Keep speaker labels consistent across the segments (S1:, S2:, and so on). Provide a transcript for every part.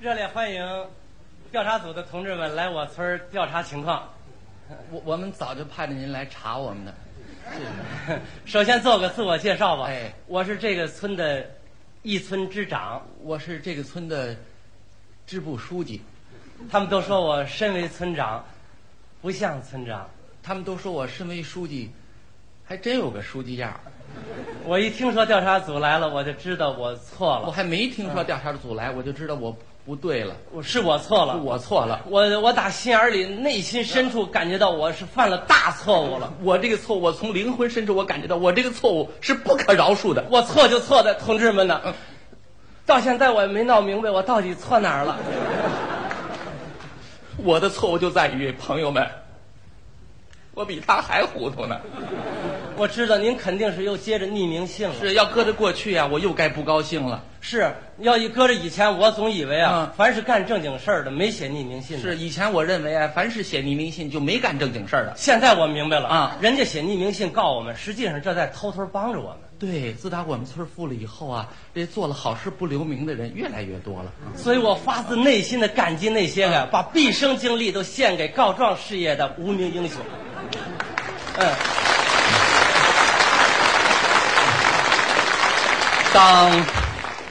S1: 热烈欢迎调查组的同志们来我村儿调查情况。
S2: 我我们早就盼着您来查我们的。
S1: 首先做个自我介绍吧，
S2: 哎
S1: 我是这个村的一村之长，
S2: 我是这个村的支部书记，
S1: 他们都说我身为村长不像村长，
S2: 他们都说我身为书记，还真有个书记样儿。
S1: 我一听说调查组来了，我就知道我错
S2: 我
S1: 了，
S2: 还没听说调查组来，我就知道我不对了，
S1: 我是我错了，
S2: 我错了。
S1: 我我打心眼儿里内心深处感觉到我是犯了大错误了，
S2: 我这个错误，我从灵魂深处我感觉到，我这个错误是不可饶恕的。
S1: 我错就错在同志们呢，到现在我也没闹明白我到底错哪儿了。
S2: 我的错误就在于，朋友们，我比他还糊涂呢。
S1: 我知道您肯定是又接着匿名信了，
S2: 是要搁着过去呀、我又该不高兴了。
S1: 是要一搁着以前，我总以为啊，
S2: 嗯
S1: 凡是干正经事儿的，没写匿名信的。
S2: 是以前我认为啊，凡是写匿名信就没干正经事儿啊的。
S1: 现在我明白了
S2: 啊
S1: 人家写匿名信告我们，实际上这在偷偷帮着我们。
S2: 对，自打我们村儿富了以后啊，这做了好事不留名的人越来越多了。
S1: 所以我发自内心的感激那些个、
S2: 嗯
S1: 把毕生精力都献给告状事业的无名英雄。嗯，
S2: 当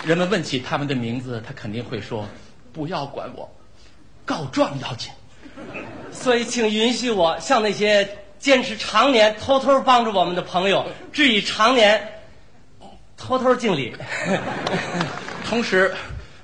S2: 人们问起他们的名字，他肯定会说：“不要管我，告状要紧。
S1: 所以请允许我向那些坚持常年偷偷帮助我们的朋友，致以常年偷偷敬礼。”
S2: 同时，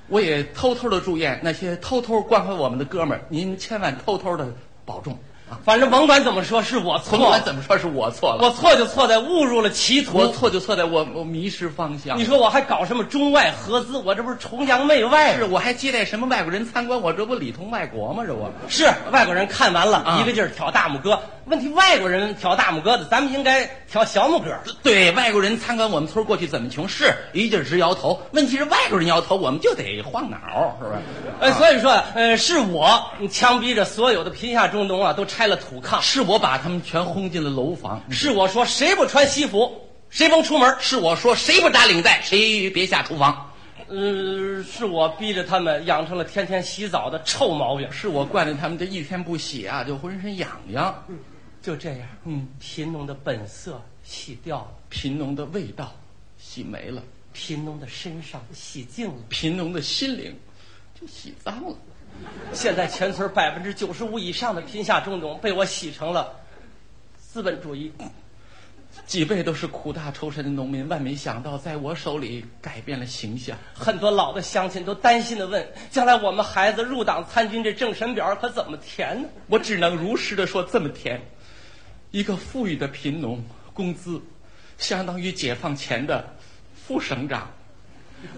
S2: 我也偷偷的祝愿那些偷偷关怀我们的哥们儿，您千万偷偷的保重啊！
S1: 反正甭管怎么说，是我
S2: 甭
S1: 错
S2: 管，怎么说，是我错了，
S1: 我错就错在误入了歧
S2: 我
S1: 途。
S2: 错就错在我我迷失方向
S1: 你。说我还搞什么中外合资？我这不是崇洋媚外
S2: 是，
S1: 吗？
S2: 我还接待什么外国人参观，我这不里通外国吗？这我
S1: 是外国人看完了，
S2: 啊
S1: 一个劲儿挑大拇哥。问题外国人挑大拇哥的，咱们应该挑小拇哥。
S2: 对外国人参观我们村儿过去怎么穷，是一劲儿直摇头。问题是外国人摇头，我们就得晃脑，是不是？哎
S1: 呃，所以说，呃，是我强逼着所有的贫下中农啊，都拆了土炕。
S2: 是我把他们全轰进了楼房，
S1: 是我说谁不穿西服，谁甭出门。
S2: 是我说谁不扎领带，谁别下厨房，
S1: 呃，是我逼着他们养成了天天洗澡的臭毛病。
S2: 是我惯着他们这一天不洗啊，就浑身痒痒。
S1: 就这样，
S2: 嗯，
S1: 贫农的本色洗掉了，
S2: 贫农的味道洗没了，
S1: 贫农的身上洗净了。
S2: 贫农的心灵就洗脏了。
S1: 现在全村百分之九十五以上的贫下中农被我洗成了资本主义。
S2: 几辈都是苦大仇深的农民，万没想到在我手里改变了形象。
S1: 很多老的乡亲都担心的问：将来我们孩子入党参军，这政审表可怎么填呢？
S2: 我只能如实的说，这么甜。一个富裕的贫农，工资相当于解放前的副省长。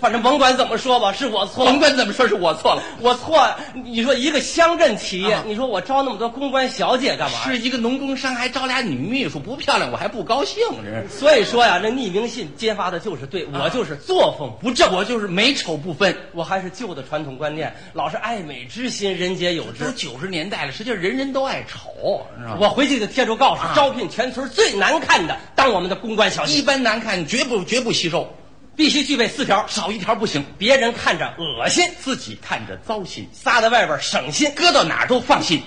S1: 反正甭管怎么说吧，是我错了
S2: 甭。管怎么说，是我错了。
S1: 我错，你说一个乡镇企业，
S2: 啊
S1: 你说我招那么多公关小姐干嘛？
S2: 是一个农工商，还招俩女秘书，不漂亮我还不高兴，这是。
S1: 所以说呀，那匿名信揭发的就是对，
S2: 啊
S1: 我就是作风不正，
S2: 我就是美丑不分。
S1: 我还是旧的传统观念，老是爱美之心，人皆有
S2: 都
S1: 之。
S2: 九十年代了，实际上人人都爱丑，你知道
S1: 啊
S2: 吗？
S1: 我回去就贴出告示，招聘全村最难看的当我们的公关小
S2: 啊一
S1: 姐，
S2: 般难看，绝不绝不吸收，
S1: 必须具备四条：
S2: 少一条不行，
S1: 别人看着恶心，
S2: 自己看着糟心，
S1: 撒在外边省心。
S2: 搁到哪儿都放心。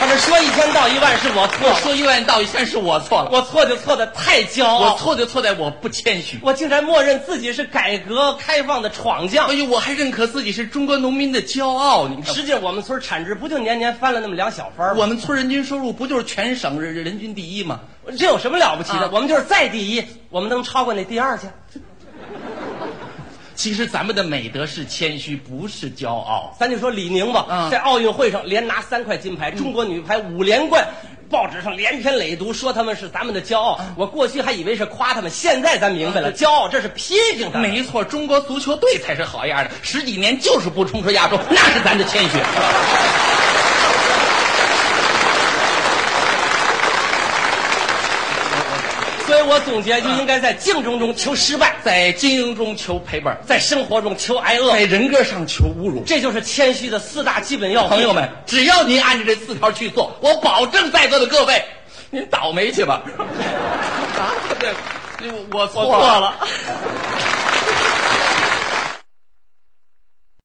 S1: 反正说一千道一万是我错了，
S2: 说一万道一千是我错了，
S1: 我错就错的太骄
S2: 我
S1: 傲，
S2: 错就错在我不谦虚。
S1: 我竟然默认自己是改革开放的闯将
S2: 哎。呦，我还认可自己是中国农民的骄傲。你看，
S1: 实际上我们村产值不就年年翻了那么两小番儿吗？
S2: 我们村人均收入不就是全省人人均第一吗？
S1: 这有什么了不起的？
S2: 啊
S1: 我们就是再第一，我们能超过那第二去？
S2: 其实咱们的美德是谦虚，不是骄傲。
S1: 咱就说李宁吧，
S2: 啊
S1: 在奥运会上连拿三块金牌，
S2: 嗯
S1: 中国女排五连冠，报纸上连篇累牍说他们是咱们的骄傲。
S2: 嗯
S1: 我过去还以为是夸他们，现在咱明白了，骄傲这是批评他们。
S2: 没错，中国足球队才是好样的，十几年就是不冲出亚洲，那是咱的谦虚。
S1: 所以我总结
S2: 嗯
S1: 就应该在竞争中求失败，
S2: 在经营中求赔本，
S1: 在生活中求挨饿，
S2: 在人格上求侮辱。
S1: 这就是谦虚的四大基本要
S2: 朋友们，只要您按照这四条去做，我保证在座的各位，您倒霉去吧。啊，对，我
S1: 我
S2: 错
S1: 错了。